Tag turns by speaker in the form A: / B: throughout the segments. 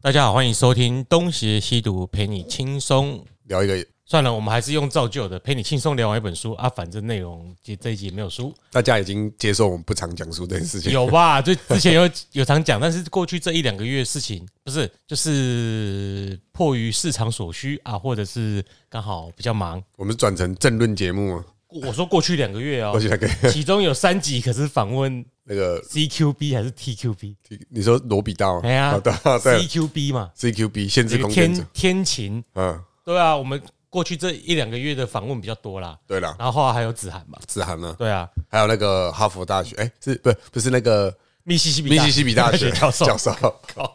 A: 大家好，欢迎收听《东邪西毒》，陪你轻松。
B: 聊一个，
A: 算了，我们还是用照旧的，陪你轻松聊完一本书啊。反正内容这这一集也没有书，
B: 大家已经接受我们不常讲述这件事情。
A: 有吧？就之前有 有常讲，但是过去这一两个月事情不是，就是迫于市场所需啊，或者是刚好比较忙。
B: 我们转成政论节目嘛，
A: 我说过去两个 月哦
B: 而，且还可以
A: 其中有三集可是访问
B: 那个，
A: CQB 还是 TQB？CQB
B: 你说罗比道，
A: 哎呀
B: 好的，对
A: 嘛，
B: ，CQB 限
A: 这
B: 制
A: 个
B: 空间者
A: 天，天晴，
B: 嗯，
A: 对啊，我们过去这一两个月的访问比较多啦，
B: 对了，
A: 然后后来还有子涵嘛，
B: 子涵呢，
A: 对啊，
B: 还有那个哈佛大学，哎，是不不是那个
A: 密西西比
B: 密西西比大学
A: 教授，
B: 教授，
A: 靠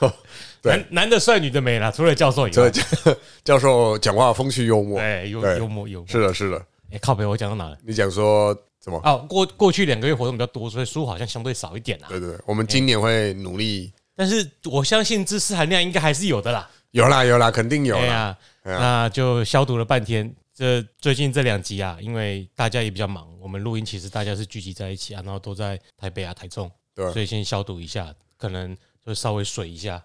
A: 腰
B: 对
A: 男男的帅，女的美啦，除了教授以
B: 这
A: 外，
B: 教教授讲话风趣幽默，
A: 对，哎幽
B: 对
A: 幽默幽默。
B: 是的，是的，
A: 哎，靠北，我讲到哪了？
B: 你讲说什么？
A: 啊，过过去两个月活动比较多，所以书好像相对少一点啦。
B: 对对对，我们今年会努力，
A: 但是我相信知识含量应该还是有的啦。
B: 有啦有啦，肯定有
A: 对
B: 啦，
A: 呀，
B: 哎呀
A: 那就消毒了半天。这最近这两集啊，因为大家也比较忙，我们录音其实大家是聚集在一起啊，然后都在台北啊、台中，
B: 对
A: 所以先消毒一下，可能就稍微水一 下。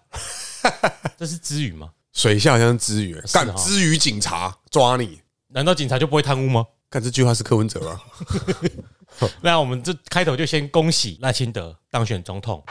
A: 这是之语吗？
B: 水下好像是之余，
A: 是
B: 干
A: 哦
B: 之余警察抓你，
A: 难道警察就不会贪污吗？
B: 干这句话是柯文哲吗？
A: 那我们这开头就先恭喜赖清德当选总统，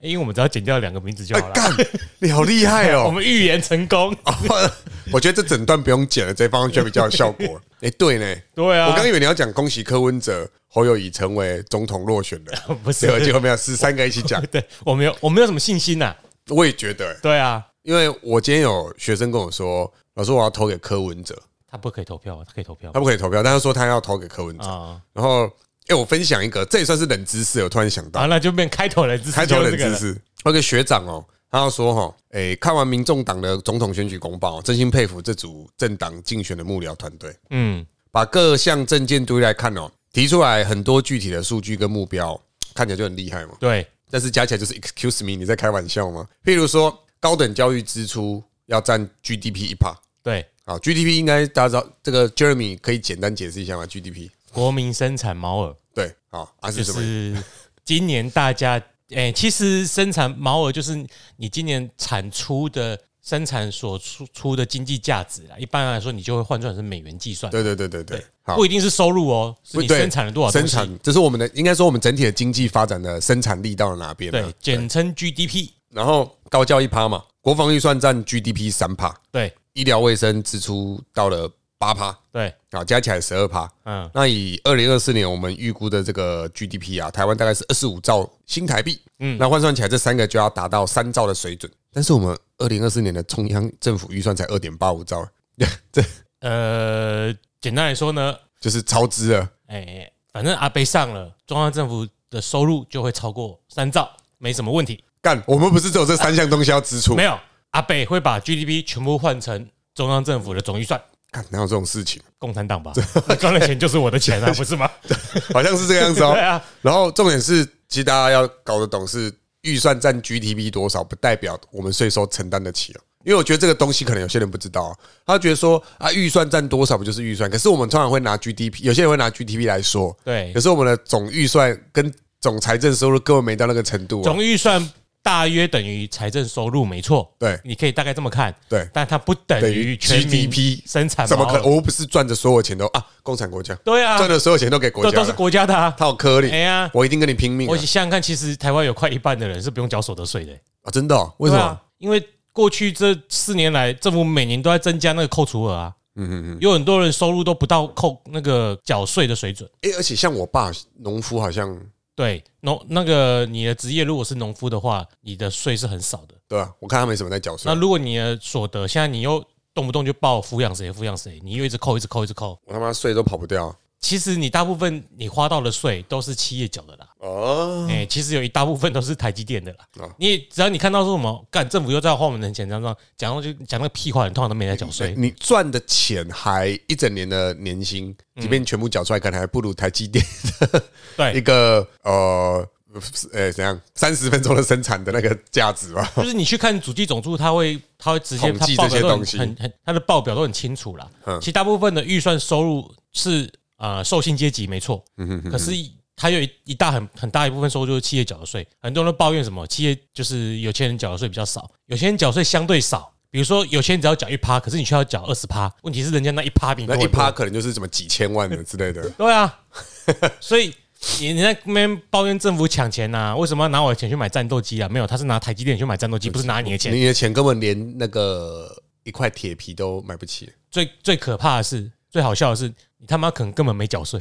A: 因为我们只要剪掉两个名字就好了。
B: 哎干，哦你好厉害
A: 我
B: 哦！
A: 们预言成功，
B: 我觉得这整段不用剪了，这方就比较有效 果。哎，对呢，
A: 对啊，
B: 我刚以为你要讲恭喜柯文哲、侯友谊成为总统落选 人，
A: 不是
B: 结，果结果没有，是三个一起讲。
A: 对我没有，我没有什么信心呐、啊
B: 我也觉得，
A: 对啊，
B: 因为我今天有学生跟我说，老师我要投给柯文哲，
A: 他不可以投票啊，他可以投票
B: 他不可以投票，但他说他要投给柯文哲。
A: 啊
B: 然后，哎，我分享一个，这也算是冷知识，我突然想到
A: 啊，，那就变开头人知识，
B: 开头
A: 就是
B: 冷
A: 这个
B: 知
A: 了。
B: 识，有个学长哦，他要说哈，诶，看完民众党的总统选举公报，真心佩服这组政党竞选的幕僚团队。
A: 嗯，
B: 把各项证件堆来看哦，提出来很多具体的数据跟目标，看起来就很厉害嘛。
A: 对，
B: 但是加起来就是 excuse me，你在开玩笑吗？譬如说，高等教育支出要占 GDP 一趴
A: 对，
B: 啊，GDP 应该大家知道，这个 Jeremy 可以简单解释一下吗？GDP
A: 国民生产毛耳
B: 对啊，啊
A: 就是
B: 什么？
A: 是今年大家，哎、其实生产毛额就是你今年产出的生产所出出的经济价值啦。一般来说，你就会换算成美元计算，
B: 对对对对对，好，
A: 不一定是收入哦，是
B: 不
A: 你
B: 对
A: 生产了多少东
B: 生
A: 西。
B: 产，这是我们的应该说我们整体的经济发展的生产力到了哪边？
A: 对，，简称 GDP。
B: 然后高教一趴嘛，国防预算占 GDP 三趴，
A: 对
B: 医疗卫生支出到了八趴，
A: 对，
B: 啊，加起来十二趴。
A: 嗯，
B: 那以二零二四年我们预估的这个 GDP 啊，台湾大概是二十五兆新台币，嗯，那换算起来这三个就要达到三兆的水准。但是我们二零二四年的中央政府预算才二点八五兆，啊 这
A: 呃，简单来说呢，
B: 就是超支了。
A: 哎、反正阿贝上了，中央政府的收入就会超过三兆，没什么问题。
B: 干，我们不是只有这三项东西要支出
A: 没？有，阿贝会把 GDP 全部换成中央政府的总预算。
B: 干，哪有这种事情？
A: 共产党吧，那赚的钱就是我的 钱啊，不是吗？
B: 好像是这个样子哦
A: 对。啊，
B: 然后重点是，其实大家要搞得懂是预算占 GDP 多少，不代表我们税收承担得起哦。因为我觉得这个东西可能有些人不知道、哦他觉得说啊，预算占多少不就是预算？可是我们通常会拿 GDP，有些人会拿 GDP 来说，
A: 对
B: 可，是我们的总预算跟总财政收入根本没到那个程度、啊。
A: 总预算大约等于财政收入，没错。
B: 对
A: 你可以大概这么看，
B: 对，
A: 但它不等
B: 等
A: 于
B: 于
A: 全民
B: GDP
A: 生产毛额，
B: 怎么可能？我又不是赚着所有钱都啊，共产国家
A: 对啊，
B: 赚的所有钱都给国
A: 这
B: 家
A: 都是
B: 了，
A: 国家的啊。
B: 他有颗粒
A: 哎，呀，
B: 我一定跟你拼命啊
A: 我想想看，其实台湾有快一半的人是不用缴所得税的、
B: 啊！真的哦？为什
A: 对
B: 么
A: 啊？？因为过去这四年来，政府每年都在增加那个扣除额啊。嗯嗯嗯，有很多人收入都不到扣那个缴税的水准。
B: 哎，而且像我爸农夫好像
A: 对，农那个你的职业如果是农夫的话，你的税是很少的。
B: 对啊，我看他没什么在缴税
A: 那。如果你的所得，现在你又动不动就报抚养谁抚养谁，你又一直扣一直扣一直扣，
B: 我他妈税都跑不掉啊
A: 其实你大部分你花到的税都是企业缴的啦。
B: 哦。
A: 哎、其实有一大部分都是台积电的啦。
B: 哦
A: 你只要你看到说什么，干政府又在花我们的钱，这样这样讲上去讲那个屁话，你通常都没在缴 税。
B: 哎你赚的钱还一整年的年薪，
A: 嗯
B: 即便全部缴出来，可能还不如台积电一
A: 对，
B: 个呃呃怎样三十分钟的生产的那个价值吧。
A: 就是你去看主计总处，他会他会直接
B: 统
A: 他
B: 计
A: 报表
B: 这些
A: 都很
B: 东西嗯
A: 很很他的报表都很清楚
B: 嗯
A: 啦。其实大部分的预算收入是呃受薪阶级没错，可是它有一一大很很大一部分收入就是企业缴的税。很多人都抱怨什么企业就是有钱人缴的税比较少，有钱人缴税相对少。比如说有钱人只要缴一趴，可是你却要缴二十趴，问题是人家 那一趴比你多
B: 那一
A: 很多。
B: 趴可能就是什么几千万的之类的
A: 对啊，所以你你在那边抱怨政府抢钱呐、为什么要拿我的钱去买战斗机啊？没有，他是拿台积电去买战斗机，不是拿你的 钱。
B: 你的钱根本连那个一块铁皮都买不起，
A: 最最可怕的是，最好笑的是，你他妈可能根本没缴税，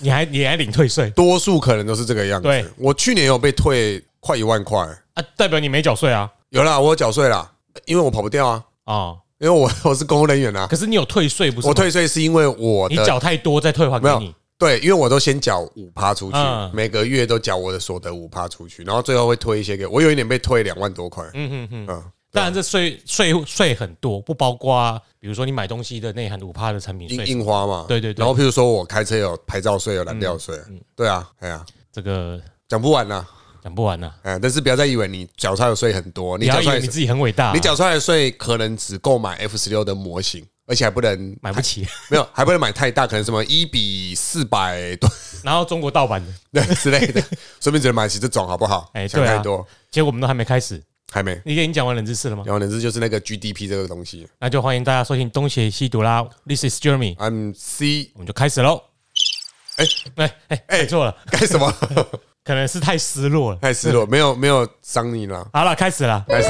A: 你还你还领退税
B: 多数可能都是这个样
A: 对
B: 子。我去年有被退快一万块，
A: 啊，代表你没缴税啊
B: 有啦，我有缴税啦，因为我跑不掉啊，
A: 哦。
B: 因为我 我是公务人员啊，
A: 可是你有退税不是吗？
B: 我退税是因为我
A: 你
B: 的
A: 缴太多再退还
B: 没
A: 给
B: 有
A: 你。
B: 对，因为我都先缴五趴出去
A: 嗯，
B: 每个月都缴我的所得五趴出去，然后最后会退一些给我。我有一年被退两万多块，
A: 嗯嗯嗯。
B: 嗯，
A: 当然，这税税税很多，不包括比如说你买东西的内含五趴的产品
B: 印
A: 税，
B: 印花嘛，
A: 对对对嗯
B: 然后譬如说我开车有牌照税，有燃料税，对啊，哎呀，
A: 这个
B: 讲不完啦。
A: 讲不完呐、啊。
B: 哎，但是不要再以为你缴出来的税很多，你
A: 你要
B: 缴
A: 以
B: 出来
A: 为
B: 的
A: 你自己很伟大啊、
B: 你缴出来的税可能只够买 F 十六的模型，而且还不能
A: 买不起，
B: 没有，还不能买太大，可能什么一比四百多
A: 然后中国盗版的。
B: 对之类 的，说不定只能买起这种，好不好？
A: 哎
B: 想
A: 对啊
B: 太多，
A: 结果我们都还没开始，
B: 还没。
A: 你已经讲完冷知识了吗？
B: 然后呢，这就是那个 GDP 这个东西。
A: 那就欢迎大家收听《东邪西毒》啦，This is Jeremy，
B: I'm C，
A: 我们就开始喽。
B: 哎
A: 哎哎哎，错了，
B: 干什么？
A: 可能是太失落了。
B: 太失落，没有没有伤你了。
A: 好了，开始了。
B: 开始。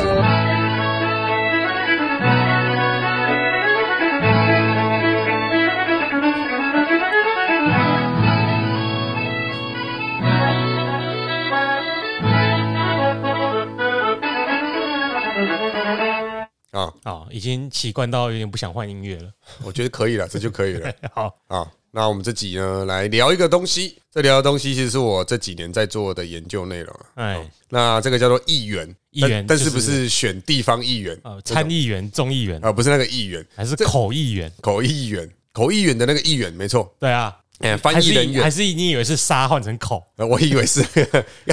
B: 啊，
A: 哦，已经习惯到有点不想换音乐了。
B: 我觉得可以了，这就可以了。
A: 好，
B: 啊，那我们这集呢，来聊一个东西。这聊的东西其实是我这几年在做的研究内容啊。
A: 哎，
B: 那这个叫做议员，
A: 议员
B: 但但是
A: 就是
B: 不是选地方议员
A: 呃，参议员、众议员
B: 啊？不是那个议员，
A: 还是口议员？
B: 口议员，口译员的那个议员，没错。
A: 对啊，
B: 哎，
A: 还
B: 翻译
A: 是
B: 人
A: 以还
B: 员，
A: 是以你以为是沙换成口？
B: 呃我以为 是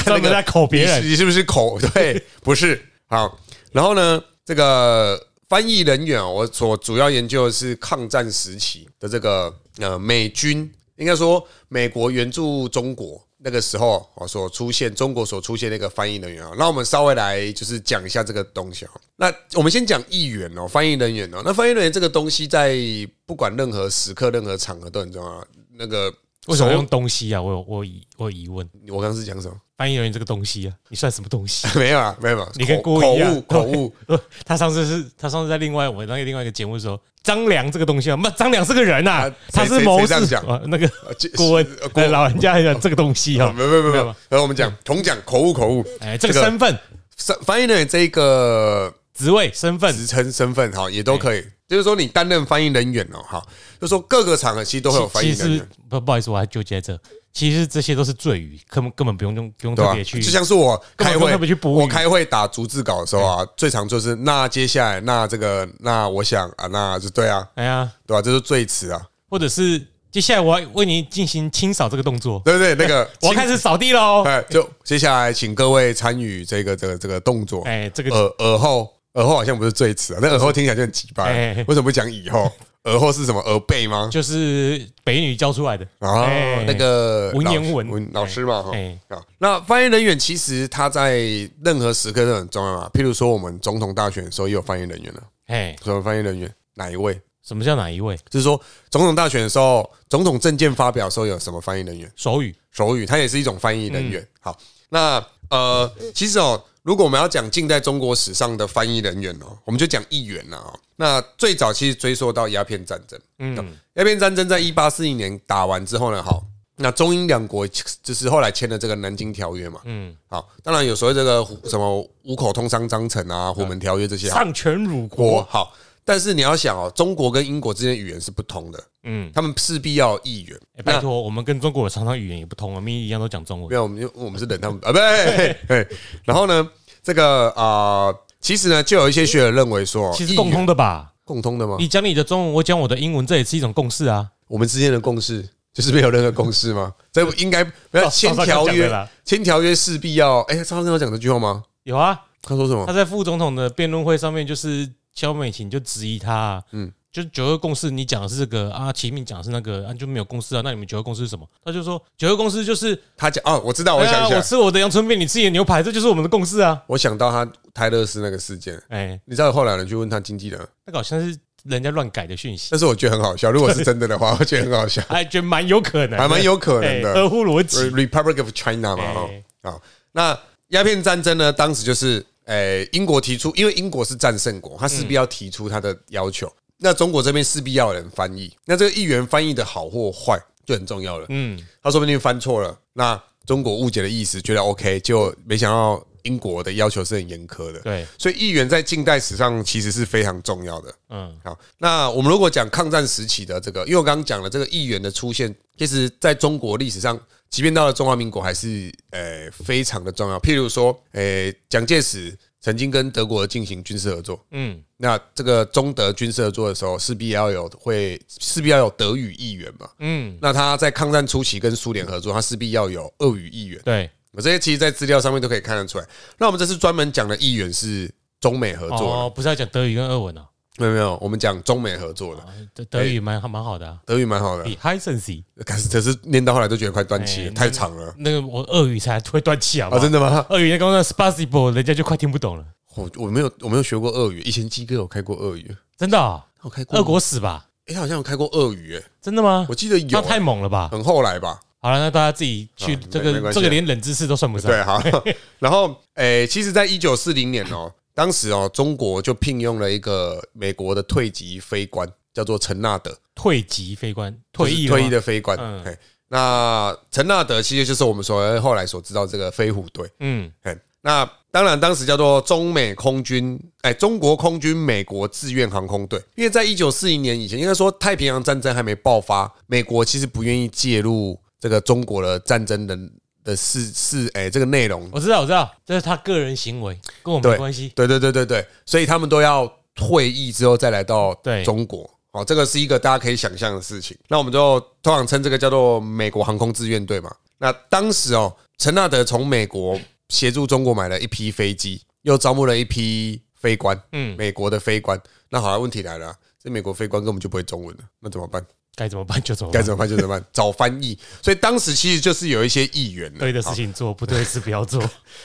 A: 专门在口别人
B: 你是你是不是口？ 对，不是。好，然后呢，这个翻译人员哦，我所主要研究的是抗战时期的这个呃美军，应该说美国援助中国那个时候哦所出现中国所出现那个翻译人员啊。那我们稍微来就是讲一下这个东西啊。那我们先讲议员哦，翻译人员哦。那翻译人员这个东西在不管任何时刻、任何场合都很重要啊。那个
A: 为什么用东西啊？我有我有疑我有疑问，
B: 我刚刚是讲什么？
A: 翻译人员这个东西啊，你算什么东 西？
B: 没有啊，没有没有，
A: 你跟
B: 口
A: 郭
B: 口
A: 一样
B: 误 口误。
A: 呃他上次是，他上次在另外我那个另外一个节目说，张良这个东西啊，不，张良是个人啊
B: 啊，
A: 他
B: 谁
A: 是
B: 谁
A: 谋
B: 谁
A: 士
B: 这样讲
A: 啊，那个
B: 呃这
A: 顾问
B: 呃，顾
A: 对
B: 问
A: 老人家讲这个东西 啊
B: 没，有没有没有没
A: 没有
B: 有
A: 吗，嗯
B: 然后我们讲同讲口误口误，
A: 哎，这个身份、
B: 身翻译人员这一个
A: 职位、身份，
B: 职称身份哈也都可
A: 嗯
B: 以，就是说你担任翻译人员哦，好，就说各个场合其实都会有翻译
A: 其
B: 人
A: 实
B: 员，
A: 不不好意思，我还纠结在这，其实这些都是赘语，根本根本不用用不用
B: 对
A: 特
B: 吧？
A: 别去
B: 就，像是我
A: 根本
B: 开
A: 不用
B: 会
A: 特别去补语嗯
B: 我开会打逐字稿的时候啊，最常就是那接下来那这个那我想啊那就对啊，
A: 哎呀，
B: 对吧？这是最词啊，
A: 或者是接下来我要为你进行清扫这个动作，
B: 对不对？那个
A: 我要开始扫地喽，
B: 哎，就接下来请各位参与这个这个这个动作，
A: 哎，这个
B: 耳耳后，耳后好像不是最迟啊，那耳后听起来就很奇葩
A: 哎。
B: 为什么不讲以后？耳后是什么？耳背吗？
A: 就是北女教出来的，
B: 然后
A: 哎
B: 那个
A: 文
B: 老
A: 言文
B: 文老师嘛，哈
A: 哎
B: 啊，那翻译人员其实他在任何时刻都很重要啊。譬如说，我们总统大选的时候也有翻译人员了。啊
A: 哎，
B: 什么翻译人员？哪一位？
A: 什么叫哪一位？
B: 就是说，总统大选的时候，总统政见发表的时候有什么翻译人员？
A: 手语，
B: 手语，它也是一种翻译人
A: 嗯
B: 员。好，那呃，其实哦，如果我们要讲近代中国史上的翻译人员哦，我们就讲议员啦、哦。那最早其实追溯到鸦片战争，
A: 嗯，
B: 鸦片战争在一八四一年打完之后呢，好，那中英两国就是后来签了这个南京条约嘛，
A: 嗯
B: 嗯，好，当然有所谓这个虎什么五口通商章程啊、虎门条约这些好
A: 上权辱
B: 国
A: 嗯国，
B: 好。但是你要想哦，中国跟英国之间的语言是不同的，
A: 嗯。
B: 他们势必要有议员。
A: 欸、拜托，我们跟中国常常语言也不通，我们一样都讲中文。
B: 没有，我们就我们是等他们 啊，不，嘿嘿嘿然后呢，这个啊、呃其实呢，就有一些学者认为说，
A: 其实
B: 议
A: 共通
B: 员
A: 的吧，
B: 共通的吗？
A: 你讲你的中文，我讲我的英文，这也是一种共识啊。
B: 我们之间的共识就是没有任何共 识吗？这不应该不要
A: 哦
B: 签
A: 照照
B: 条
A: 讲的
B: 约
A: 啦，
B: 签条约势必要。哎，赵刚有讲这句话吗？
A: 有啊，
B: 他说什么
A: 他？在副总统的辩论会上面就是肖美琴就质疑他、嗯，就是九二共识，你讲的是这个啊，齐敏讲的是那个，啊就没有共识啊，那你们九二共识是什么？他就说九二共识就是，
B: 他讲哦，我知道，我
A: 哎呀
B: 想起
A: 我
B: 来，
A: 吃我的阳春面，你吃你的牛排，这就是我们的共识啊。
B: 我想到他泰勒斯那个事件，
A: 哎、
B: 你知道后来有人去问他经纪人，
A: 那个好像是人家乱改的讯 息，
B: 但是我觉得很好笑。如果是真的的话，我觉得很好笑，
A: 还觉得蛮有可能的，
B: 还蛮有可能
A: 哎
B: 的。
A: 合乎逻辑。
B: Republic of China 嘛，哈、
A: 哎
B: 好，那鸦片战争呢，当时就是，诶、英国提出，因为英国是战胜国，他势
A: 嗯
B: 必要提出他的要求。那中国这边势必要有人翻译，那这个议员翻译的好或坏就很重要了。
A: 嗯，
B: 他说不定翻错了，那中国误解的意思，觉得 OK，就没想到英国的要求是很严苛的。
A: 对，
B: 所以议员在近代史上其实是非常重要的。
A: 嗯，
B: 好，那我们如果讲抗战时期的这个，因为我刚刚讲了这个议员的出现，其实在中国历史上，即便到了中华民国，还是呃非常的重要。譬如说，呃，蒋介石曾经跟德国进行军事合作，
A: 嗯，
B: 那这个中德军事合作的时候，势必要有会势必要有德语议员嘛。
A: 嗯，
B: 那他在抗战初期跟苏联合作，他势必要有俄语议员。
A: 对，
B: 我这些其实，在资料上面都可以看得出来。那我们这次专门讲的议员是中美合作
A: 哦，不是要讲德语跟俄文啊，
B: 的，没有没有，我们讲中美合作的。
A: 啊德德语蛮蛮好的啊，
B: 德语蛮好的，
A: 比 h i s e n s
B: 可是可是念到后来都觉得快断气了，
A: 哎
B: 太长了
A: 那个我俄语才会断气啊，
B: 啊！真的吗？
A: 俄语在刚刚 s p a s i b l e 人家就快听不懂了，
B: 我我没有我没有学过俄语，以前鸡哥有开过俄语，
A: 真的啊，
B: 他有开过
A: 俄国史吧？
B: 诶，他好像有开过俄语，诶，
A: 真的吗
B: 我？记得有
A: 那，太猛了吧！
B: 很后来吧？
A: 好了，那大家自己去
B: 啊
A: 这
B: 没没
A: 个
B: 关系
A: 这
B: 啊
A: 个连冷知识都算不上。
B: 对，啊好。 然后诶，其实，在一九四零年哦，当时哦，中国就聘用了一个美国的退级飞官，叫做陈纳德，
A: 退级飞官，
B: 就
A: 退
B: 是
A: 役
B: 退役
A: 的吗，
B: 的飞官。
A: 嗯
B: 嘿那陈纳德其实就是我们所后来所知道这个飞虎队。
A: 嗯，
B: 嘿那当然，当时叫做中美空军，哎，中国空军美国志愿航空队。因为在一九四零年以前，应该说太平洋战争还没爆发，美国其实不愿意介入这个中国的战争的的事事，哎，这个内容。
A: 我知道，我知道，这是他个人行为，跟我没关系。
B: 对对对对对，所以他们都要退役之后再来到
A: 对
B: 中国。哦，这个是一个大家可以想象的事情。那我们就通常称这个叫做美国航空志愿队嘛。那当时哦，陈纳德从美国协助中国买了一批飞机，又招募了一批飞官，
A: 嗯
B: 美国的飞官。那好了，问题来了啊，这美国飞官根本就不会中文了，那怎么办？
A: 该怎么办就怎么
B: 该
A: 办。
B: 怎么办就怎么办，找翻译。所以当时其实就是有一些议员了
A: 对的
B: 好
A: 事情做，不对的事不要做。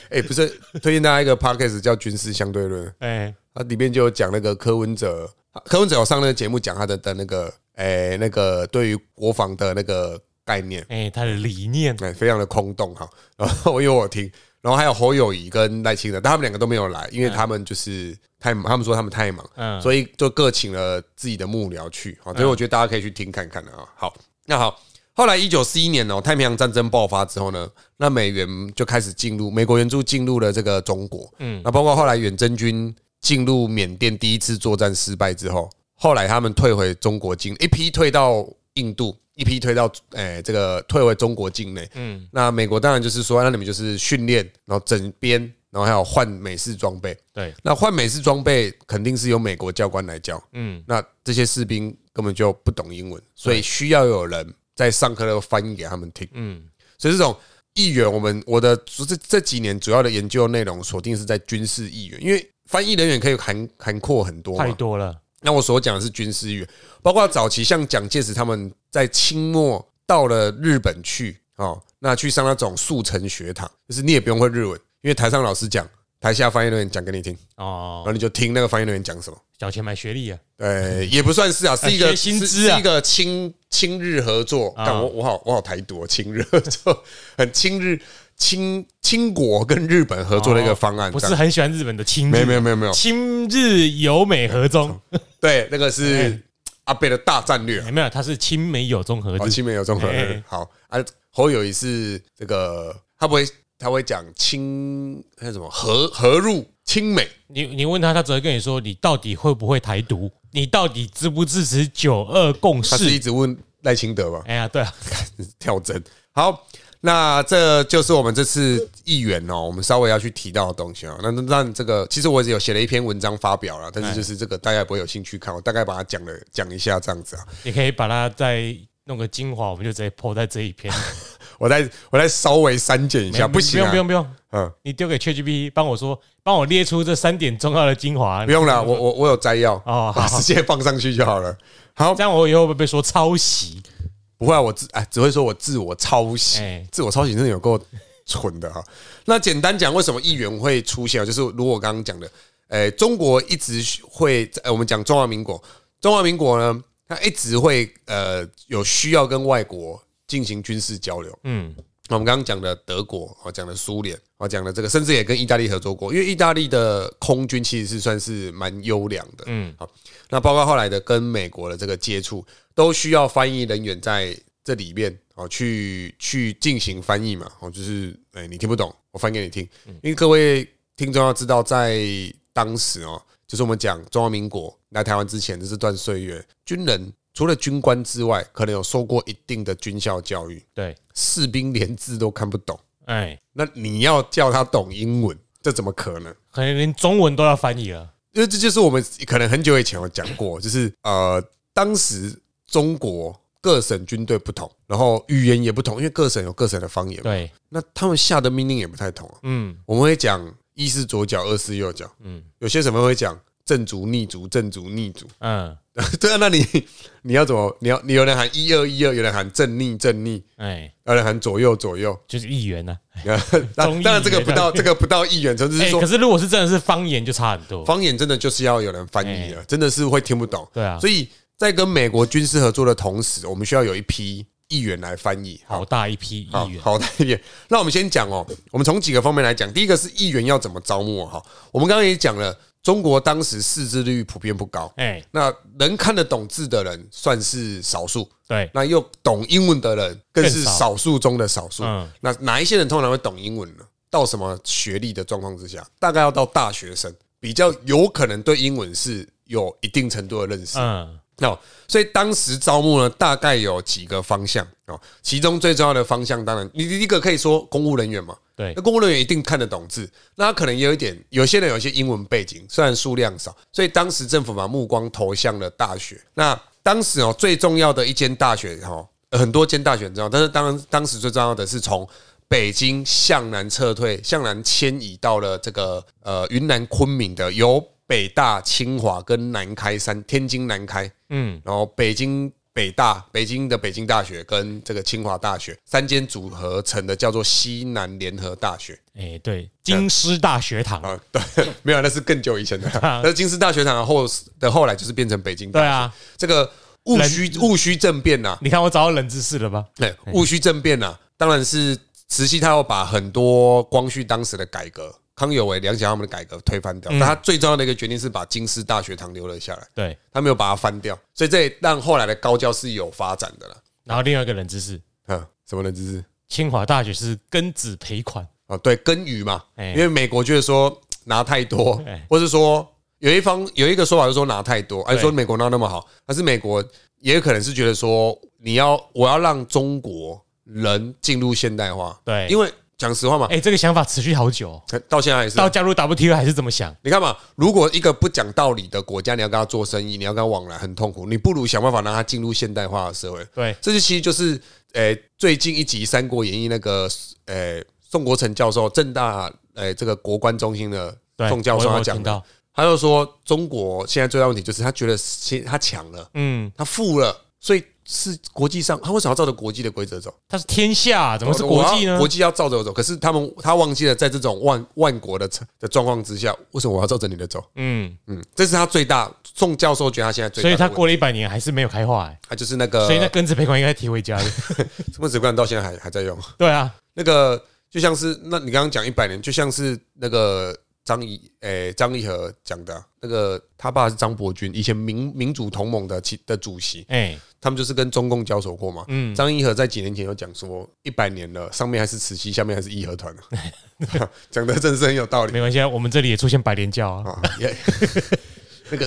B: 哎、不是推荐大家一个 podcast 叫《军事相对论》。
A: 哎，
B: 它里面就有讲那个柯文哲，柯文哲有上那个节目讲他的的那个，诶、那个对于国防的那个概念，
A: 哎，他的理念，
B: 哎、非常的空洞哈。然后我有我听，然后还有侯友谊跟赖清德，但他们两个都没有来，因为他们就是太忙，他们说他们太忙，
A: 嗯，
B: 所以就各请了自己的幕僚去啊。所以我觉得大家可以去听看看啊。好，那好。后来，一九四一年哦，太平洋战争爆发之后呢，那美元就开始进入美国援助进入了这个中国，
A: 嗯
B: 那包括后来远征军进入缅甸第一次作战失败之后，后来他们退回中国境，一批退到印度，一批退到诶、这个退回中国境内。
A: 嗯，
B: 那美国当然就是说，那你们就是训练，然后整编，然后还有换美式装备。
A: 对，
B: 那换美式装备肯定是由美国教官来教，
A: 嗯，
B: 那这些士兵根本就不懂英文，所以需要有人在上课的时候翻译给他们听。
A: 嗯，
B: 所以这种议员，我们我的这这几年主要的研究内容锁定是在军事议员，因为翻译人员可以涵涵括很多
A: 太
B: 嘛。
A: 多了。
B: 那我所讲的是军事议员，包括早期像蒋介石他们在清末到了日本去哦，那去上那种速成学堂，就是你也不用会日文，因为台上老师讲，台下翻译人员讲给你听，然
A: 哦，
B: 后你就听那个翻译人员讲什么。
A: 缴钱买学历啊，
B: 呃，也不算是啊，是一个
A: 学薪
B: 是
A: 资啊
B: 是一个亲亲日合作。
A: 啊
B: 干我我好我好台独、哦，亲日合作，很亲日亲亲国跟日本合作的一个方案。
A: 哦不
B: 这
A: 是
B: 样
A: 很喜欢日本的亲
B: 没
A: 日，
B: 有没有没有没有，
A: 亲日友美合中，
B: 对，那个是
A: 哎
B: 阿贝的大战略
A: 哎，没有，他是亲美友中合
B: 好，
A: 日，
B: 亲美有综合
A: 哎哎。
B: 好啊，侯友谊是这个，他不会他会讲亲那什么和和入亲美，
A: 你你问他，他只会跟你说你到底会不会台独，你到底支不支持九二共
B: 他是一
A: 识？
B: 直问赖清德吧？
A: 哎呀，对啊，
B: 跳针。好，那这就是我们这次议员哦，我们稍微要去提到的东西哦。那那那这个，其实我也有写了一篇文章发表了，但
A: 哎
B: 是就是这个大家也不会有兴趣看，我大概把它讲了讲一下这样子啊。
A: 你可以把它再弄个精华，我们就直接抛在这一篇。
B: 我再我再稍微删减一下，
A: 没
B: 不行、啊，
A: 不用不用不用，
B: 嗯，
A: 你丢给 ChatGPT 帮我说，帮我列出这三点重要的精华。
B: 不用了，我我我有摘要，
A: 哦
B: 把
A: 好
B: 直接放上去就好了。好，
A: 这样我以后会不会被说抄袭？
B: 不会啊，我自哎只会说我自我抄袭
A: 哎，
B: 自我抄袭真的有够蠢的哈。那简单讲，为什么议员会出现啊？就是如我刚刚讲的，哎，中国一直会，呃我们讲中华民国，中华民国呢，它一直会呃有需要跟外国进行军事交流。
A: 嗯，
B: 我们刚刚讲的德国，我讲的苏联，我讲的这个，甚至也跟意大利合作过，因为意大利的空军其实是算是蛮优良的。
A: 嗯，
B: 好，那包括后来的跟美国的这个接触，都需要翻译人员在这里面哦，去去进行翻译嘛。哦，就是哎、你听不懂，我翻给你听，因为各位听众要知道，在当时哦，就是我们讲中华民国来台湾之前的这段岁月，军人除了军官之外，可能有受过一定的军校教育。
A: 对，
B: 士兵连字都看不懂，
A: 哎，
B: 那你要叫他懂英文，这怎么可能？
A: 可能连中文都要翻译了。
B: 因为这就是我们可能很久以前有讲过，就是呃，当时中国各省军队不同，然后语言也不同，因为各省有各省的方言嘛，
A: 对，
B: 那他们下的命令也不太同、啊。
A: 嗯
B: 我们会讲一是左脚，二是右脚，
A: 嗯
B: 有些什么会讲正足、逆足、正足、逆足。
A: 嗯，
B: 对啊，那你你要怎么？你要你有人喊一二一二，有人喊正逆正逆，
A: 哎，
B: 有人喊左右左右。
A: 就是议员呢。综
B: 当
A: 艺
B: 当然这个不到
A: 对
B: 这个不到议员层，只是
A: 哎，
B: 说
A: 可是如果是真的是方言，就差很多。
B: 方言真的就是要有人翻译
A: 哎
B: 了，真的是会听不懂。
A: 对啊
B: 所以在跟美国军事合作的同时，我们需要有一批议员来翻译。
A: 好大一批
B: 好
A: 议员，
B: 好的议员，那我们先讲哦，我们从几个方面来讲。第一个是议员要怎么招募哈，我们刚刚也讲了，中国当时识字率普遍不高，
A: 哎，
B: 那能看得懂字的人算是少数，
A: 对，
B: 那又懂英文的人更是
A: 更少
B: 少数中的少数。
A: 嗯
B: 那哪一些人通常会懂英文呢？到什么学历的状况之下？大概要到大学生比较有可能对英文是有一定程度的认识。
A: 嗯
B: 哦，所以当时招募呢，大概有几个方向哦，其中最重要的方向，当然你第一个可以说公务人员嘛，
A: 对
B: 那，公务人员一定看得懂字，那他可能也有一点，有些人有一些英文背景，虽然数量少，所以当时政府把目光投向了大学。那当时哦，最重要的一间大学哦，很多间大学很重要，但是当然当时最重要的是从北京向南撤退，向南迁移到了这个呃云南昆明的由北大、清华跟南开三天津南开，
A: 嗯
B: 然后北京北大、北京的北京大学跟这个清华大学三间组合成的，叫做西南联合大学。
A: 哎，对，呃京师大学堂，
B: 啊，对， 没有，那是更久以前的。那是京师大学堂的后的后来就是变成北京大
A: 对
B: 学。
A: 啊，
B: 这个戊戌戊戌政变呐、
A: 你看我找到冷知识了吧？
B: 对，戊戌政变呐、啊当然是慈禧她要把很多光绪当时的改革，康有为、梁启超他们的改革推翻掉。但她最重要的一个决定是把京师大学堂留了下来，
A: 对，
B: 她没有把它翻掉，所以这也让后来的高教是有发展的了。
A: 然后另外一个冷知识，
B: 嗯，什么人知识？
A: 清华大学是庚子赔款，
B: 啊，对，耕耘嘛，
A: 哎
B: 因为美国就是说拿太多
A: 哎，
B: 或是说有一方有一个说法是说拿太多，哎，
A: 对
B: 说美国哪有那么好，但是美国也有可能是觉得说你要我要让中国人进入现代化，
A: 对
B: 因为讲实话嘛，
A: 哎，这个想法持续好久哦，
B: 到现在还 是啊
A: 到加入 WTO 还是这么想，
B: 你看嘛，如果一个不讲道理的国家，你要跟他做生意，你要跟他往来，很痛苦，你不如想办法让他进入现代化的社会。
A: 对，
B: 这就其实就是，呃，最近一集《三国演义》那个，呃，宋国成教授，正大，呃，这个国关中心的
A: 对，
B: 宋教授
A: 我有
B: 他讲
A: 听
B: 的
A: 到，，
B: 他就说，中国现在最大问题就是他觉得先他强了，
A: 嗯，
B: 他富了，所以是国际上他为什么要照着国际的规则走？
A: 它是天下，啊怎么是国际
B: 我要
A: 呢
B: 国？际要照着我走，可是他们他忘记了，在这种万万国的的状况之下，为什么我要照着你的走？
A: 嗯，
B: 嗯，这是他最大。宋教授觉得他现在最大
A: 所以
B: 的问题，
A: 它过了一百年还是没有开化，哎，
B: 他就是那个，
A: 所以那庚子赔款应该提回家的，
B: 什么指冠到现在还还在用。
A: 对啊，
B: 那个就像是那你刚刚讲一百年，就像是那个张怡诶张义和讲的啊、那个他爸是张伯钧，以前民民主同盟的其的主席，
A: 哎，
B: 他们就是跟中共交手过嘛。
A: 嗯，
B: 张义和在几年前有讲说，一百年了，上面还是慈禧，下面还是义和 团啊讲的真是很有道理
A: 没关系，啊，我们这里也出现白莲教啊，
B: 啊。也 那个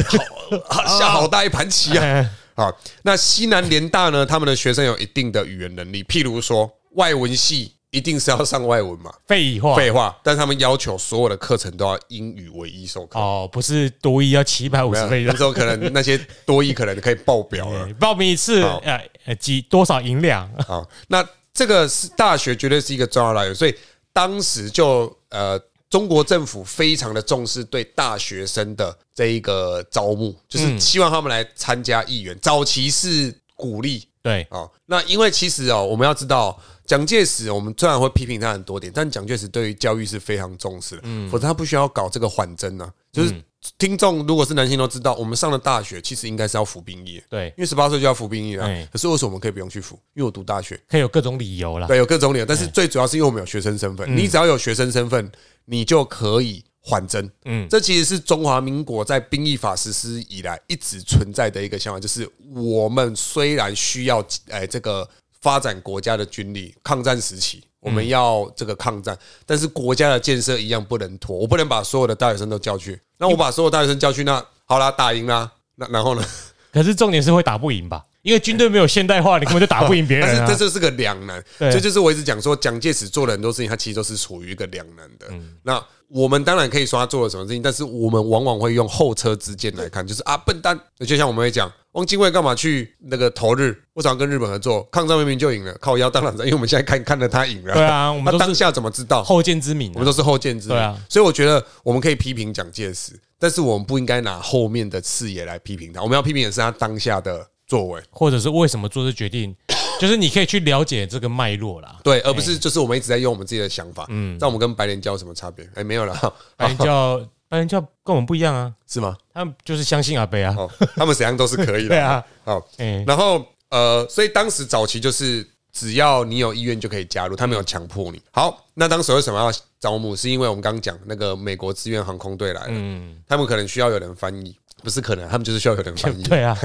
B: 好啊下好大一盘棋啊！
A: 哎
B: 好，那西南联大呢，他们的学生有一定的语言能力，譬如说外文系一定是要上外文嘛，
A: 废话，
B: 废话，但他们要求所有的课程都要英语为一授课。
A: 哦，不是多一要七百五
B: 没
A: 十
B: 有
A: 倍
B: 那
A: 的，
B: 时候可能那些 多益可能可以爆表了
A: 哎报名一次
B: 好
A: 呃呃几多少银两？
B: 啊。那这个是大学绝对是一个重要来源，所以当时就呃，中国政府非常的重视对大学生的这一个招募，就是希望他们来参加议员。早期是鼓励
A: 对，
B: 哦，那因为其实哦，我们要知道蒋介石，我们虽然会批评他很多点，但蒋介石对于教育是非常重视的，否则他不需要搞这个缓征啊。就是听众如果是男性都知道，我们上了大学其实应该是要服兵役，
A: 对
B: 因为十八岁就要服兵役了啊
A: 哎。
B: 可是为什么我们可以不用去服？因为我读大学，
A: 可以有各种理由啦。
B: 对，有各种理由，但是最主要是因为我们有学生身份，你只要有学生身份，你就可以缓征。嗯，这其实是中华民国在兵役法实施以来一直存在的一个想法，就是我们虽然需要哎这个发展国家的军力，抗战时期。我们要这个抗战，但是国家的建设一样不能拖，我不能把所有的大学生都叫去。那我把所有大学生叫去，那好啦，打赢啦，那然后呢？
A: 可是重点是会打不赢吧？因为军队没有现代化，你根本就打不赢别
B: 但
A: 人
B: 是这
A: 啊。
B: 就是个两难，
A: 对
B: 这就是我一直讲说，蒋介石做了很多事情，他其实都是处于一个两难的。
A: 嗯
B: 那我们当然可以说他做了什么事情，但是我们往往会用后车之鉴来看，就是啊，笨蛋！就像我们会讲，汪精卫干嘛去那个投日？为什么要跟日本合作？抗战明明就赢了，靠腰当然，因为我们现在看看了他赢了。
A: 对啊我们
B: 那
A: 都是
B: 当下怎么知道？
A: 后见之明
B: 我
A: 啊、
B: 们都是后见之明
A: 对啊
B: 所以我觉得我们可以批评蒋介石，但是我们不应该拿后面的视野来批评他，我们要批评的是他当下的作为。
A: 或者是为什么做这决 定，就是你可以去了解这个脉络啦。
B: 对，而不是就是我们一直在用我们自己的想法。嗯，那我们跟白莲教有什么差别？哎，没有了，
A: 白人 教白人教跟我们不一样啊，
B: 是吗？
A: 他们就是相信阿贝啊。
B: 哦，他们怎样都是可以的。
A: 对啊，
B: 好，
A: 哎、
B: 然后呃，所以当时早期就是只要你有意愿就可以加入，他没有强迫你。好，那当时为什么要招募？是因为我们刚刚讲那个美国志愿航空队来了，嗯，他们可能需要有人翻译，不是可能，他们就是需要有人翻 译。
A: 对 啊，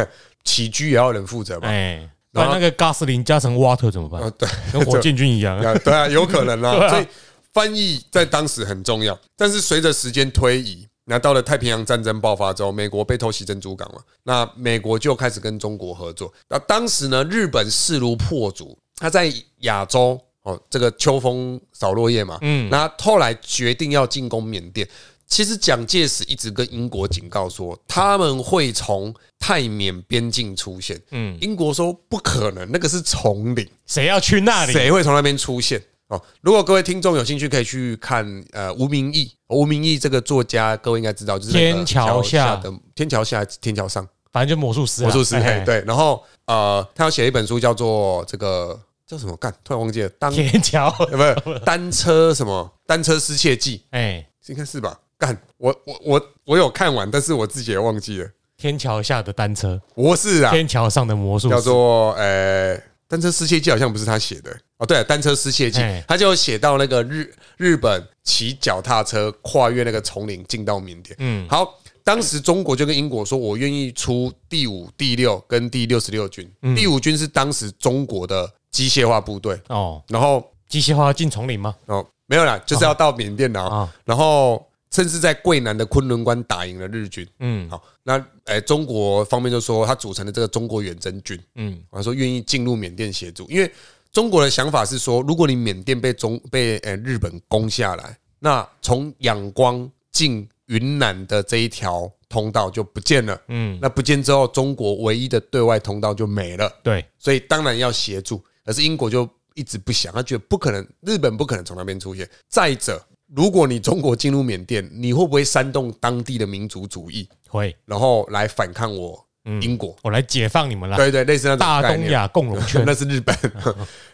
B: 起居也要有人负责嘛。
A: 哎，
B: 哦然
A: 那那
B: 后
A: 个 Gosling 加成 Water 怎么办？
B: 哦，对，
A: 跟火箭军一样。
B: 啊， 对啊，有可能 啦、
A: 对啊
B: 所以翻译在当时很重要，但是随着时间推移，那到了太平洋战争爆发之后，美国被偷袭珍珠港嘛，那美国就开始跟中国合作。那当时呢，日本势如破竹，他在亚洲哦，这个秋风扫落叶嘛，嗯，那他后来决定要进攻缅甸。其实蒋介石一直跟英国警告说，他们会从泰缅边境出现。嗯，英国说不可能，那个是丛林。
A: 谁要去那里？
B: 谁会从那边出现？哦，如果各位听众有兴趣，可以去看呃吴明义，吴明义这个作家，各位应该知道，就是那个
A: 天桥下
B: 的天桥下，天桥上
A: 反正就魔术师啊，
B: 魔术师，嘿
A: 哎，
B: 对。然后呃，他要写一本书，叫做这个叫什么？干，突然忘记了，当呃
A: 天桥，
B: 不是单车什么单车失窃记，
A: 哎，
B: 应该是吧？干，我我我我有看完，但是我自己也忘记了，
A: 天桥下的单车，
B: 我是啊，
A: 天桥上的魔术
B: 叫
A: 师，
B: 做呃《单车失窃记》，好像不是他写的哦。对、单车失窃记》
A: 哎
B: 他就写到那个日日本骑脚踏车跨越那个丛林进到缅甸。嗯，好，当时中国就跟英国说，我愿意出第五、第六跟第六十六军。第五军是当时中国的机械化部队，
A: 哦，
B: 然后
A: 机械化要进丛林吗？
B: 哦，没有啦，就是要到缅甸了啊、
A: 啊
B: 然后甚至在桂南的昆仑关打赢了日军。嗯，好，那诶、中国方面就说他组成的这个中国远征军，嗯，他说愿意进入缅甸协助，因为中国的想法是说，如果你缅甸被中被诶、日本攻下来，那从仰光进云南的这一条通道就不见了。嗯，那不见之后，中国唯一的对外通道就没了。
A: 对，
B: 所以当然要协助。可是英国就一直不想，他觉得不可能，日本不可能从那边出现。再者，如果你中国进入缅甸，你会不会煽动当地的民族主义，
A: 会，
B: 然后来反抗我英国？
A: 我来解放你们啦！
B: 对对，类似那
A: 嗯
B: 种
A: 大
B: 概
A: 东
B: 念
A: 亚共荣 圈
B: 那是 日本。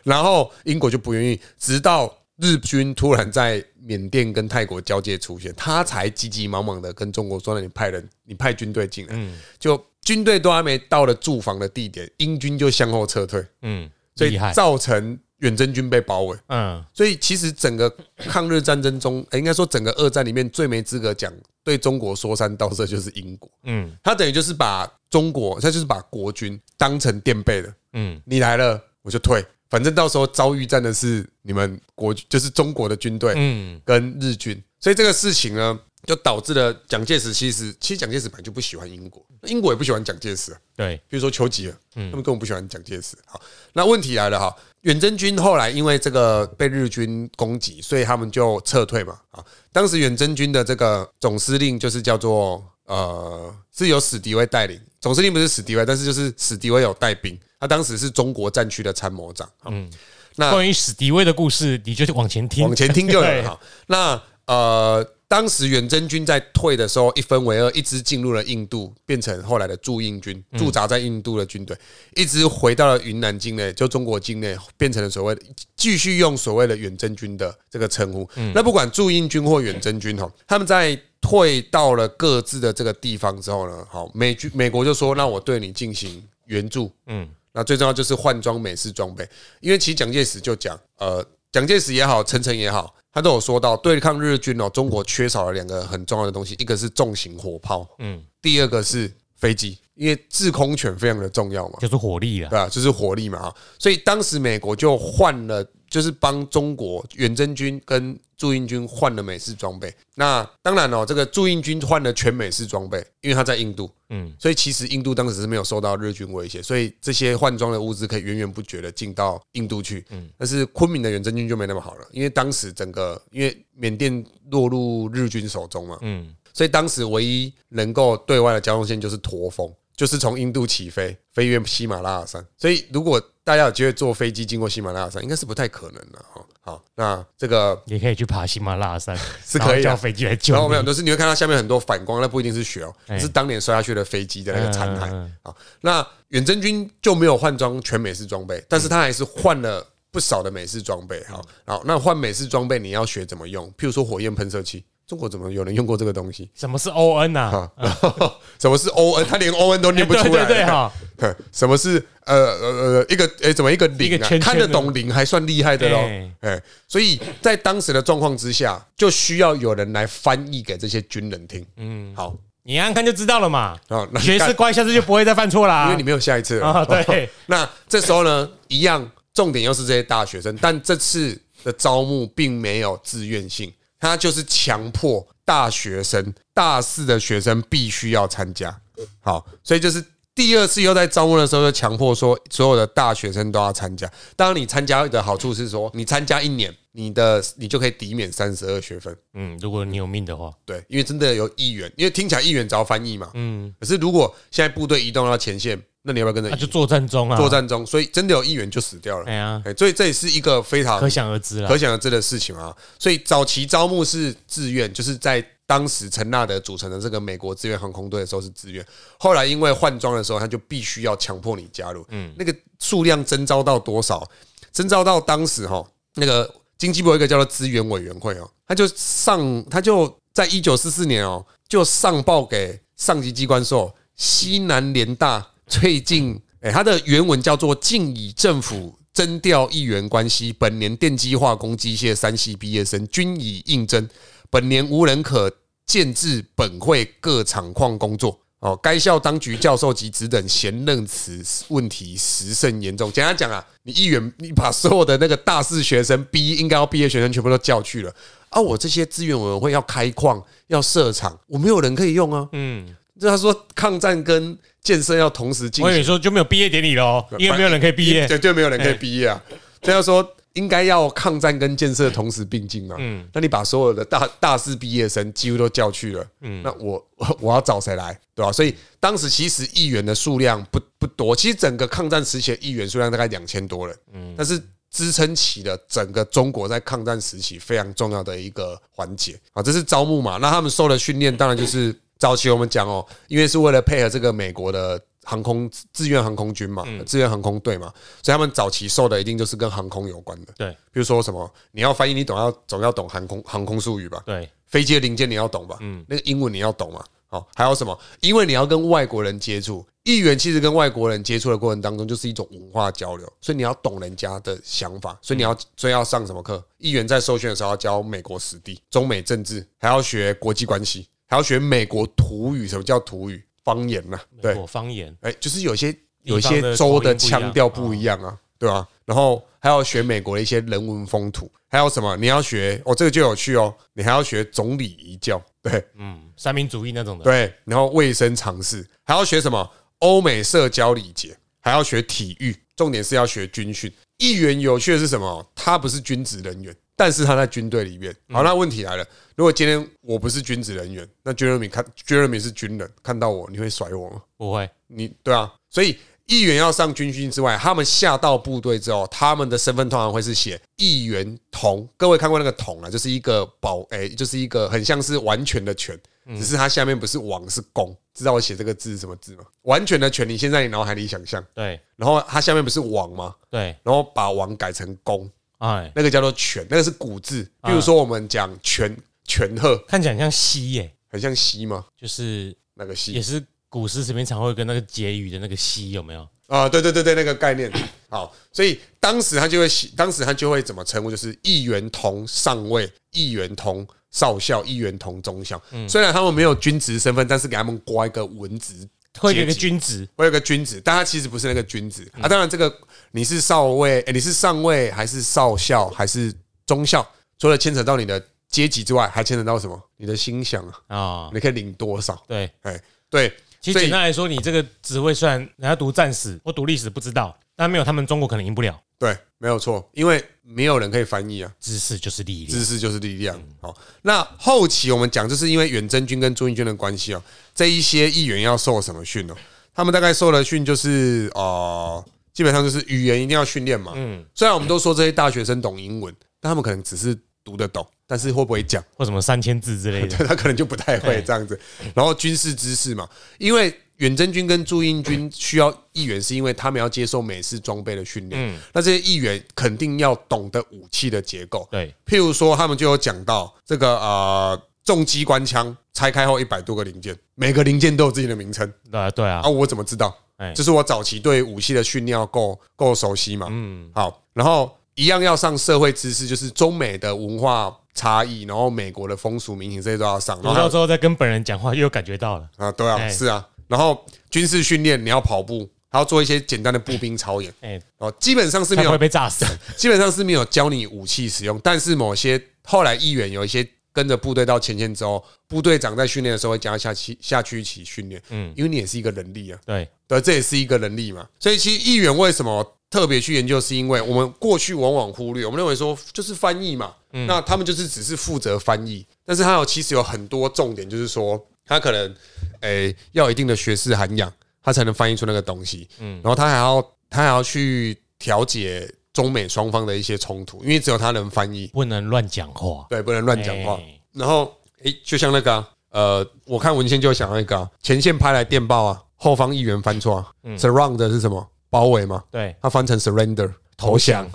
B: 然后英国就不愿意，直到日军突然在缅甸跟泰国交界出现，他才急急忙忙的跟中国说：“那你派人，你派军队进来。”
A: 嗯
B: 就军队都还没到了驻防的地点，英军就向后撤退。
A: 嗯，
B: 所以
A: 厉害，
B: 造成远征军被包围。
A: 嗯，
B: 所以其实整个抗日战争中，呃诶应该说整个二战里面最没资格讲对中国说三道四的就是英国。
A: 嗯，
B: 他等于就是把中国，他就是把国军当成垫背的。
A: 嗯，
B: 你来了我就退，反正到时候遭遇战的是你们国，就是中国的军队。
A: 嗯，
B: 跟日军，所以这个事情呢，就导致了蒋介石其实其实蒋介石本来就不喜欢英国，英国也不喜欢蒋介石啊、
A: 对，
B: 比如说丘吉尔，他们根本不喜欢蒋介石。好，那问题来了哈，远征军后来因为这个被日军攻击，所以他们就撤退嘛。啊，当时远征军的这个总司令就是叫做呃，是由史迪威带领，总司令不是史迪威，但是就是史迪威有带兵，他当时是中国战区的参谋长。嗯，那
A: 关于史迪威的故事，你就往前听，
B: 往前听就有
A: 对
B: 了。好那呃，当时远征军在退的时候，一分为二，一支进入了印度，变成后来的驻印军，
A: 嗯
B: 驻扎在印度的军队；一支回到了云南境内，就中国境内，变成了所谓的继续用所谓的远征军的这个称呼。
A: 嗯
B: 那不管驻印军或远征军哈，他们在退到了各自的这个地方之后呢，好，美军美国就说，那我对你进行援助，嗯，那最重要就是换装美式装备，因为其实蒋介石就讲，呃，蒋介石也好，陈诚也好，他都有说到，对抗日军哦，中国缺少了两个很重要的东西，一个是重型火炮，嗯，第二个是飞机，因为制空权非常的重要嘛，
A: 就是火力了。
B: 对啊，就是火力嘛啊，所以当时美国就换了，就是帮中国远征军跟驻印军换了美式装备。那当然哦，这个驻印军换了全美式装备，因为他在印度，嗯，所以其实印度当时是没有受到日军威胁，所以这些换装的物资可以源源不绝的进到印度去。嗯，但是昆明的远征军就没那么好了，因为当时整个因为缅甸落入日军手中嘛，
A: 嗯，
B: 所以当时唯一能够对外的交通线就是驼峰，就是从印度起飞，飞越喜马拉雅山。所以如果大家有机会坐飞机经过喜马拉雅山，应该是不太可能的哈。好，那这个
A: 也可以去爬喜马拉雅山，
B: 是可以啊
A: 然后叫飞机来救
B: 然后没有，
A: 你。
B: 都是你会看到下面很多反光，那不一定是雪哦、是当年摔下去的飞机的那个残骸
A: 嗯嗯嗯
B: 啊。那远征军就没有换装全美式装备，但是他还是换了不少的美式装备。好，好，那换美式装备你要学怎么用，譬如说火焰喷射器，中国怎么有人用过这个东西？
A: 什么是 O N 啊？
B: 啊， 然后什么是 O N？他连 O N 都念不
A: 对
B: 出来。
A: 哎对 对哈，
B: 哼什么是呃呃呃一个诶，怎么一个零
A: 一个
B: 啊？
A: 圈圈的
B: 看得懂零还算厉害的喽
A: 哎。
B: 哎，所以在当时的状况之下，就需要有人来翻译给这些军人听。嗯，好
A: 你按看就知道了嘛。
B: 啊，那
A: 学
B: 你看
A: 士乖，下次就不会再犯错啦。
B: 因为你没有下一次了
A: 啊，对，
B: 那这时候呢，一样重点又是这些大学生，但这次的招募并没有自愿性，他就是强迫大学生、大四的学生必须要参加。好，所以就是第二次又在招募的时候，就强迫说所有的大学生都要参加。当然，你参加的好处是说，你参加一年，你的你就可以抵免三十二学分。
A: 嗯，如果你有命的话，
B: 对，因为真的有议员，因为听起来议员只要翻译嘛，嗯。可是如果现在部队移动到前线，那你要不要跟着
A: 那
B: 移
A: 就作战中啊，
B: 作，战中，所以真的有议员就死掉了。
A: 哎呀，
B: 哎，所以这也是一个非常
A: 可想而知啦
B: 可。想而知的事情啊。所以早期招募是自愿，就是在当时陈纳德组成的这个美国志愿航空队的时候是自愿，后来因为换装的时候，他就必须要强迫你加入。嗯，那个数量征招到多少？征招到当时哈，那个经济部有一个叫做资源委员会哦，他就上，他就在一九四四年哦，就上报给上级机关说，西南联大最近，哎，它的原文叫做“竟以政府征调议员关系，本年电机化工机械三系毕业生均已应征，本年无人可建制本会各厂矿工作。”哦，该校当局教授及职等嫌任此问题实甚严重。简单讲啊，你议员你把所有的那个大四学生毕应该要毕业学生全部都叫去了啊，我这些资源委员会要开矿要设厂，我没有人可以用啊。
A: 嗯，
B: 就他说抗战跟建设要同时进
A: 我
B: 行
A: 跟，你说就没有毕业典礼喽，因为没有人可以毕业。
B: 绝对没有人可以毕业啊。这样说，应该要抗战跟建设同时并进嘛。嗯，那你把所有的大大四毕业生几乎都叫去了，嗯，那我 我我要找谁来，对吧、所以当时其实议员的数量不不多，其实整个抗战时期的议员数量大概两千多人，嗯，但是。支撑起了整个中国在抗战时期非常重要的一个环节啊，这是招募嘛？那他们受的训练当然就是早期我们讲哦，因为是为了配合这个美国的航空志愿航空军嘛，志愿航空队嘛，所以他们早期受的一定就是跟航空有关的，
A: 对
B: 比如说什么你要翻译，你总要总要懂航空航空术语吧，
A: 对，
B: 飞机的零件你要懂吧，嗯，那个英文你要懂嘛，好，还有什么？因为你要跟外国人接触，议员其实跟外国人接触的过程当中，就是一种文化交流，所以你要懂人家的想法，所以你要所以要上什么课？议员在受训的时候要教美国史地、中美政治，还要学国际关系，还要学美国土语，什么叫土语？方言呐、对，
A: 我方言
B: 哎、就是有些
A: 地
B: 有
A: 方的
B: 些州的
A: 口音不一样
B: 腔调不一样啊，对吧、然后还要学美国的一些人文风土，还有什么？你要学哦，这个就有趣哦，你还要学总理遗教，对
A: 嗯，三民主义那种的，
B: 对，然后卫生常识，还要学什么？欧美社交礼节，还要学体育，重点是要学军训。议员有趣的是什么？他不是军职人员，但是他在军队里面。
A: 嗯
B: 好，那问题来了，如果今天我不是军职人员，那 Jeremy 看 Jeremy 是军人，看到我，你会甩我吗？
A: 不会，
B: 你对啊，所以议员要上军训之外，他们下到部队之后，他们的身份通常会是写议员同。各位看过那个同啊，就是一个保，诶、就是一个很像是完全的权，只是它下面不是王是公。知道我写这个字是什么字吗？完全的权，你先在你脑海里想象，
A: 对
B: 然后它下面不是王吗？
A: 对，
B: 然后把王改成公，
A: 哎，
B: 那个叫做权，那个是古字。比如说我们讲权权鹤，
A: 看起来很像西耶、
B: 很像西吗？
A: 就是
B: 那个西
A: 也是古诗词里面常会跟那个结语的那个西有没有？
B: 啊，对对对对，那个概念。 好，所以当时他就会写，当时他就会怎么称呼，就是议员同上尉、议员同少校、议员同中校。
A: 嗯
B: 虽然他们没有军职身份，但是给他们挂一个文职，
A: 会有一个
B: 阶级
A: 君子，
B: 我有个君子，但他其实不是那个君子
A: 嗯
B: 啊。当然，这个你是少尉、诶你是上尉还是少校还是中校，除了牵扯到你的阶级之外，还牵扯到什么？你的心想啊，
A: 啊、
B: 你可以领多少？
A: 对，
B: 哎，对，
A: 其实
B: 所以
A: 简单来说，你这个职位虽然人家读战史，我读历史不知道，但没有他们中国可能赢不了。
B: 对，没有错，因为没有人可以翻译啊。
A: 知识就是力量，
B: 知识就是力量。好，那后期我们讲，就是因为远征军跟朱印军的关系哦，这一些议员要受什么训哦？他们大概受的训就是呃，基本上就是语言一定要训练嘛。嗯，虽然我们都说这些大学生懂英文，但他们可能只是读得懂，但是会不会讲？
A: 或什么三千字之类的。
B: 对他可能就不太会这样子。然后军事知识嘛，因为远征军跟驻英军需要议员，是因为他们要接受美式装备的训练。那这些议员肯定要懂得武器的结构。
A: 对，
B: 譬如说，他们就有讲到这个呃，重机关枪拆开后一百多个零件，每个零件都有自己的名称
A: 对啊，对啊
B: 啊，，我怎么知道？
A: 哎，
B: 就是我早期对武器的训练要够够熟悉嘛。嗯，好，然后一样要上社会知识，就是中美的文化差异，然后美国的风俗民情这些都要上。然
A: 读
B: 后还
A: 到
B: 有
A: 之后再跟本人讲话，又感觉到了。
B: 啊，对啊，
A: 哎
B: 是啊。然后军事训练你要跑步，还要做一些简单的步兵操演。
A: 哎，
B: 哦，基本上
A: 才
B: 是没
A: 不
B: 有
A: 会被炸死。
B: 基本上是没有教你武器使用，但是某些后来议员有一些跟着部队到前线之后，部队长在训练的时候会加下去下去一起训练，嗯，因为你也是一个能力啊，
A: 对，
B: 对，这也是一个能力嘛。所以其实议员为什么特别去研究，是因为我们过去往往忽略，我们认为说就是翻译嘛，那他们就是只是负责翻译，但是他有其实有很多重点，就是说他可能诶、要有一定的学识涵养，他才能翻译出那个东西，嗯，然后他还要他还要去调解中美双方的一些冲突，因为只有他能翻译，
A: 不能乱讲话。
B: 对，不能乱讲话。
A: 哎
B: 然后，诶、就像那个啊、呃，我看文献就想到一个啊、前线拍来电报啊，后方议员翻错啊、s
A: 嗯
B: u r r o u n d 是什么？包围嘛，
A: 对，
B: 他翻成 surrender 投降。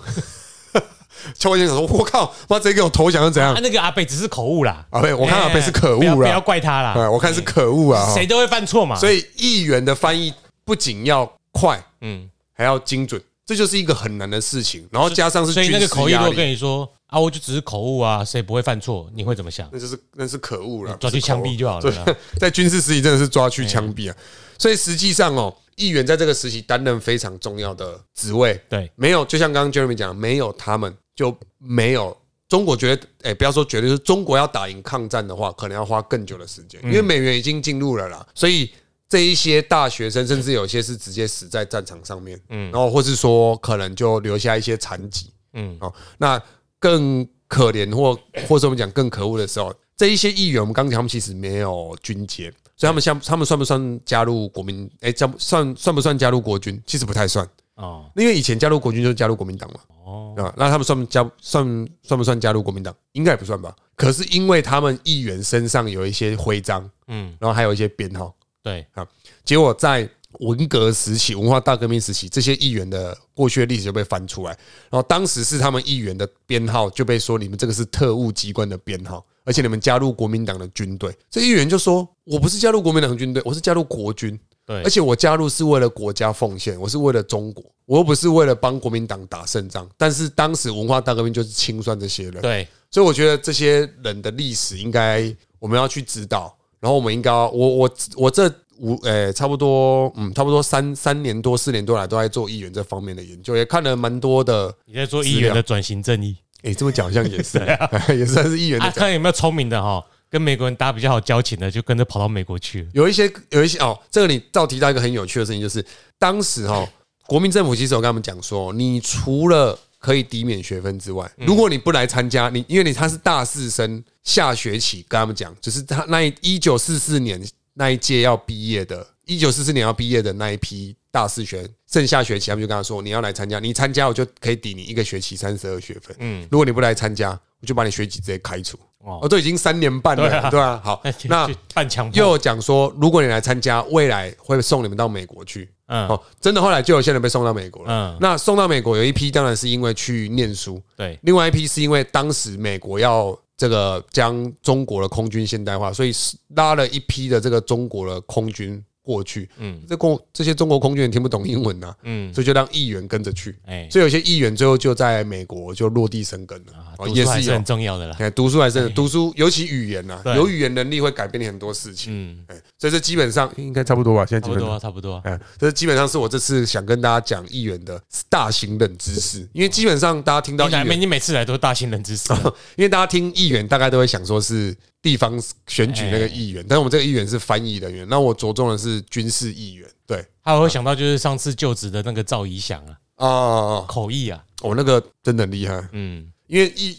B: 邱先生说：“我靠，妈，直接给我投降是怎样
A: 啊，？那个阿北只是口误啦。
B: 啊，对，我看阿贝是可
A: 哎
B: 恶
A: 不要不要哎
B: 啦，
A: 怪他啦。
B: 哎，我看是可恶啊。
A: 谁都会犯错嘛。
B: 所
A: 以，
B: 以议员的翻译不仅要快，
A: 嗯，
B: 还要精准，这就是一个很难的事情。然后加上是
A: 所以那个
B: 军事
A: 口译如
B: 压
A: 果
B: 力，
A: 跟你说啊，我就只是口误啊，谁不会犯错？你会怎么想？
B: 那就是那是可恶了，
A: 嗯抓去
B: 不是可
A: 枪
B: 恶
A: 毙就好了啦。 哎
B: 在军事时期真的是抓去枪毙啊。所以实际上哦，议员在这个时期担任非常重要的职位。
A: 对，
B: 没有，就像刚刚 Jeremy 讲，没有他们就没有中国绝对，哎、不要说绝对，就是中国要打赢抗战的话，可能要花更久的时间，因为美元已经进入了啦，所以。这一些大学生，甚至有些是直接死在战场上面，嗯，然后或是说可能就留下一些残疾，
A: 嗯，
B: 哦，那更可怜或或者我们讲更可恶的时候，这一些议员，我们刚讲他们其实没有军阶，所以他们像他们算不算加入国民？哎、加算算不算加入国军？其实不太算，
A: 哦
B: 因为以前加入国军就是加入国民党嘛。
A: 哦，
B: 啊，那他们算不加算算不算加入国民党？应该也不算吧。可是因为他们议员身上有一些徽章，
A: 嗯，
B: 然后还有一些编号，
A: 对，
B: 结果在文革时期、文化大革命时期，这些议员的过去的历史就被翻出来。然后当时是他们议员的编号就被说你们这个是特务机关的编号，而且你们加入国民党的军队。这议员就说：“我不是加入国民党军队，我是加入国军，
A: 对
B: 而且我加入是为了国家奉献，我是为了中国，我又不是为了帮国民党打胜仗。”但是当时文化大革命就是清算这些人，
A: 对，
B: 所以我觉得这些人的历史应该我们要去知道，然后我们应该要我我我这五呃、差不多嗯差不多三三年多四年多来都在做议员这方面的研究，也看了蛮多的。
A: 你在做议员的转型正义
B: 诶，这么讲好像也是， 也算是议员的
A: 啊，
B: 角色。
A: 看有没有聪明的哈，跟美国人打比较好交情的，就跟着跑到美国去了。
B: 有一些有一些哦，这个你倒提到一个很有趣的事情，就是当时哈、哦，国民政府其实有跟他们讲说，你除了可以抵免学分之外，
A: 嗯
B: 如果你不来参加，你因为你他是大四生，下学期跟他们讲，就是他那一九四四年那一届要毕业的，一九四四年要毕业的那一批大四学，剩下学期他们就跟他说，你要来参加，你参加我就可以抵你一个学期三十二学分。嗯，如果你不来参加，我就把你学籍直接开除。
A: 哦
B: 哦，都已经三年半
A: 对
B: 了，
A: 啊，
B: 对吧、好 那
A: 去半强迫
B: 又哦有讲说，如果你来参加，未来会送你们到美国去。
A: 嗯
B: 哦，真的后来就有些人被送到美国了。
A: 嗯
B: 那送到美国有一批当然是因为去念书，
A: 对
B: 另外一批是因为当时美国要这个将中国的空军现代化，所以是拉了一批的这个中国的空军过去。嗯，这空这些中国空军也听不懂英文呐、啊
A: 嗯
B: 所以就让议员跟着去。
A: 哎
B: 所以有些议员最后就在美国就落地生根了，
A: 啊，
B: 哦
A: 读
B: 也
A: 书还
B: 是
A: 是
B: 有
A: 很。重要的啦。
B: 哎，读书还是读书，尤其语言呐、
A: 对
B: 有语言能力会改变你很多事情。
A: 嗯，
B: 哎，所以这基本上应该差不多吧，现在
A: 差不
B: 基本
A: 多
B: 上
A: 啊，。差不多啊。
B: 哎，这基本上是我这次想跟大家讲议员的大型冷知识，因为基本上大家听到
A: 你
B: 议
A: 来，
B: 员
A: 每你每次来都是大新人知识啊，
B: 因为大家听议员大概都会想说是地方选举那个议员，但是我们这个议员是翻译人员，那我着重的是军事议员。对，
A: 还有会想到就是上次就职的那个赵怡翔啊，
B: 哦哦，哦
A: 口译啊，
B: 我那个真的很厉害，
A: 嗯，
B: 因为一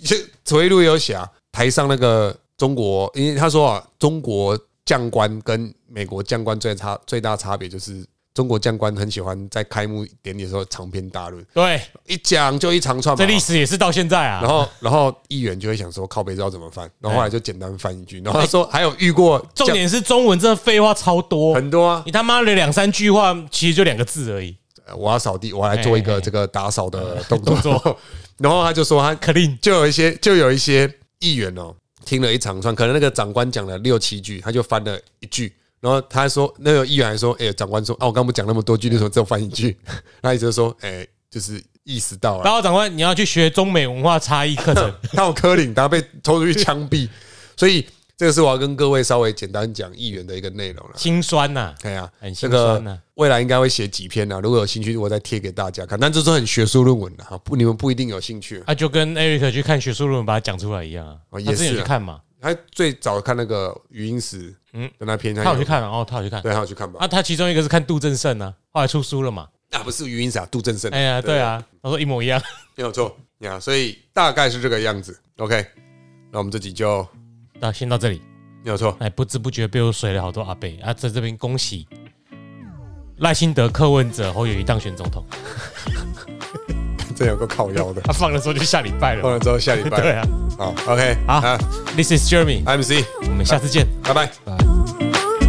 B: 这回忆录也有写啊，台上那个啊中国，因为他说啊，中国将官跟美国将官最差最大差别就是。中国将官很喜欢在开幕典礼的时候长篇大论，
A: 对，
B: 一讲就一长串嘛。
A: 这历史也是到现在
B: 然
A: 啊。
B: 后， 然后议员就会想说靠北知道怎么翻，然后后来就简单翻一句。然后他说还有遇过
A: 哎重
B: 将
A: 点是中文真的废话超多，
B: 很多啊，
A: 你他妈的两三句话，其实就两个字而已。
B: 呃我要扫地，我来做一
A: 哎哎
B: 个
A: 哎
B: 这个打扫的动作。
A: 动
B: 然后他就说他
A: clean，
B: 就有一些就有一些议员哦，听了一长串，可能那个长官讲了六七句，他就翻了一句。然后他说，那个议员还说，哎、长官说，啊，我刚不讲那么多句，你怎么只有翻一句？ 他一直说，哎、就是意识到了
A: 然，后长官，你要去学中美文化差异课程，
B: 他有科领，他被拖出去枪毙。所以这个是我要跟各位稍微简单讲议员的一个内容了。
A: 心酸呐、
B: 哎呀，
A: 很
B: 这
A: 心
B: 个
A: 酸呐啊
B: 未来应该会写几篇啊，如果有兴趣，我再贴给大家看。但这是很学术论文的啊哈，不，你们不一定有兴趣。
A: 啊，就跟 Eric 去看学术论文把它讲出来一样啊。他
B: 哦也
A: 之前有
B: 是啊
A: 去看嘛，
B: 他最早看那个语音史，嗯，的那篇，
A: 他有去，看啊，哦，他有去看。
B: 对，他有去看吧？
A: 啊，他其中一个是看杜正胜啊，后来出书了嘛。
B: 啊，不是语音史啊，杜正胜。
A: 哎呀，对，啊，他说一模一样。
B: 没有错呀，所以大概是这个样子。OK，那我们这集就
A: 那先到这里，
B: 没有错，
A: 哎，不知不觉被我水了好多阿贝啊，在这边恭喜赖清德、柯文哲、侯友谊当选总统。
B: 这有个靠腰的。
A: 他放的时候就下礼拜
B: 完
A: 了。
B: 了之后下礼拜，
A: 对啊，
B: 好，OK，
A: 好
B: 啊
A: ，This is Jeremy，
B: ，MC，
A: 我们下次见。
B: 拜拜。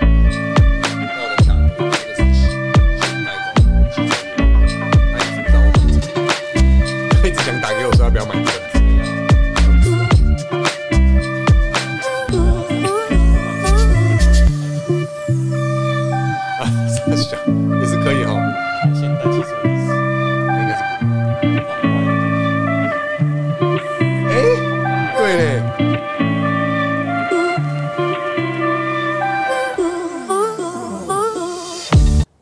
B: 那我的想法这个是新代工， 新产业，他一直找我们这边，他一直想打给我说要不要买车。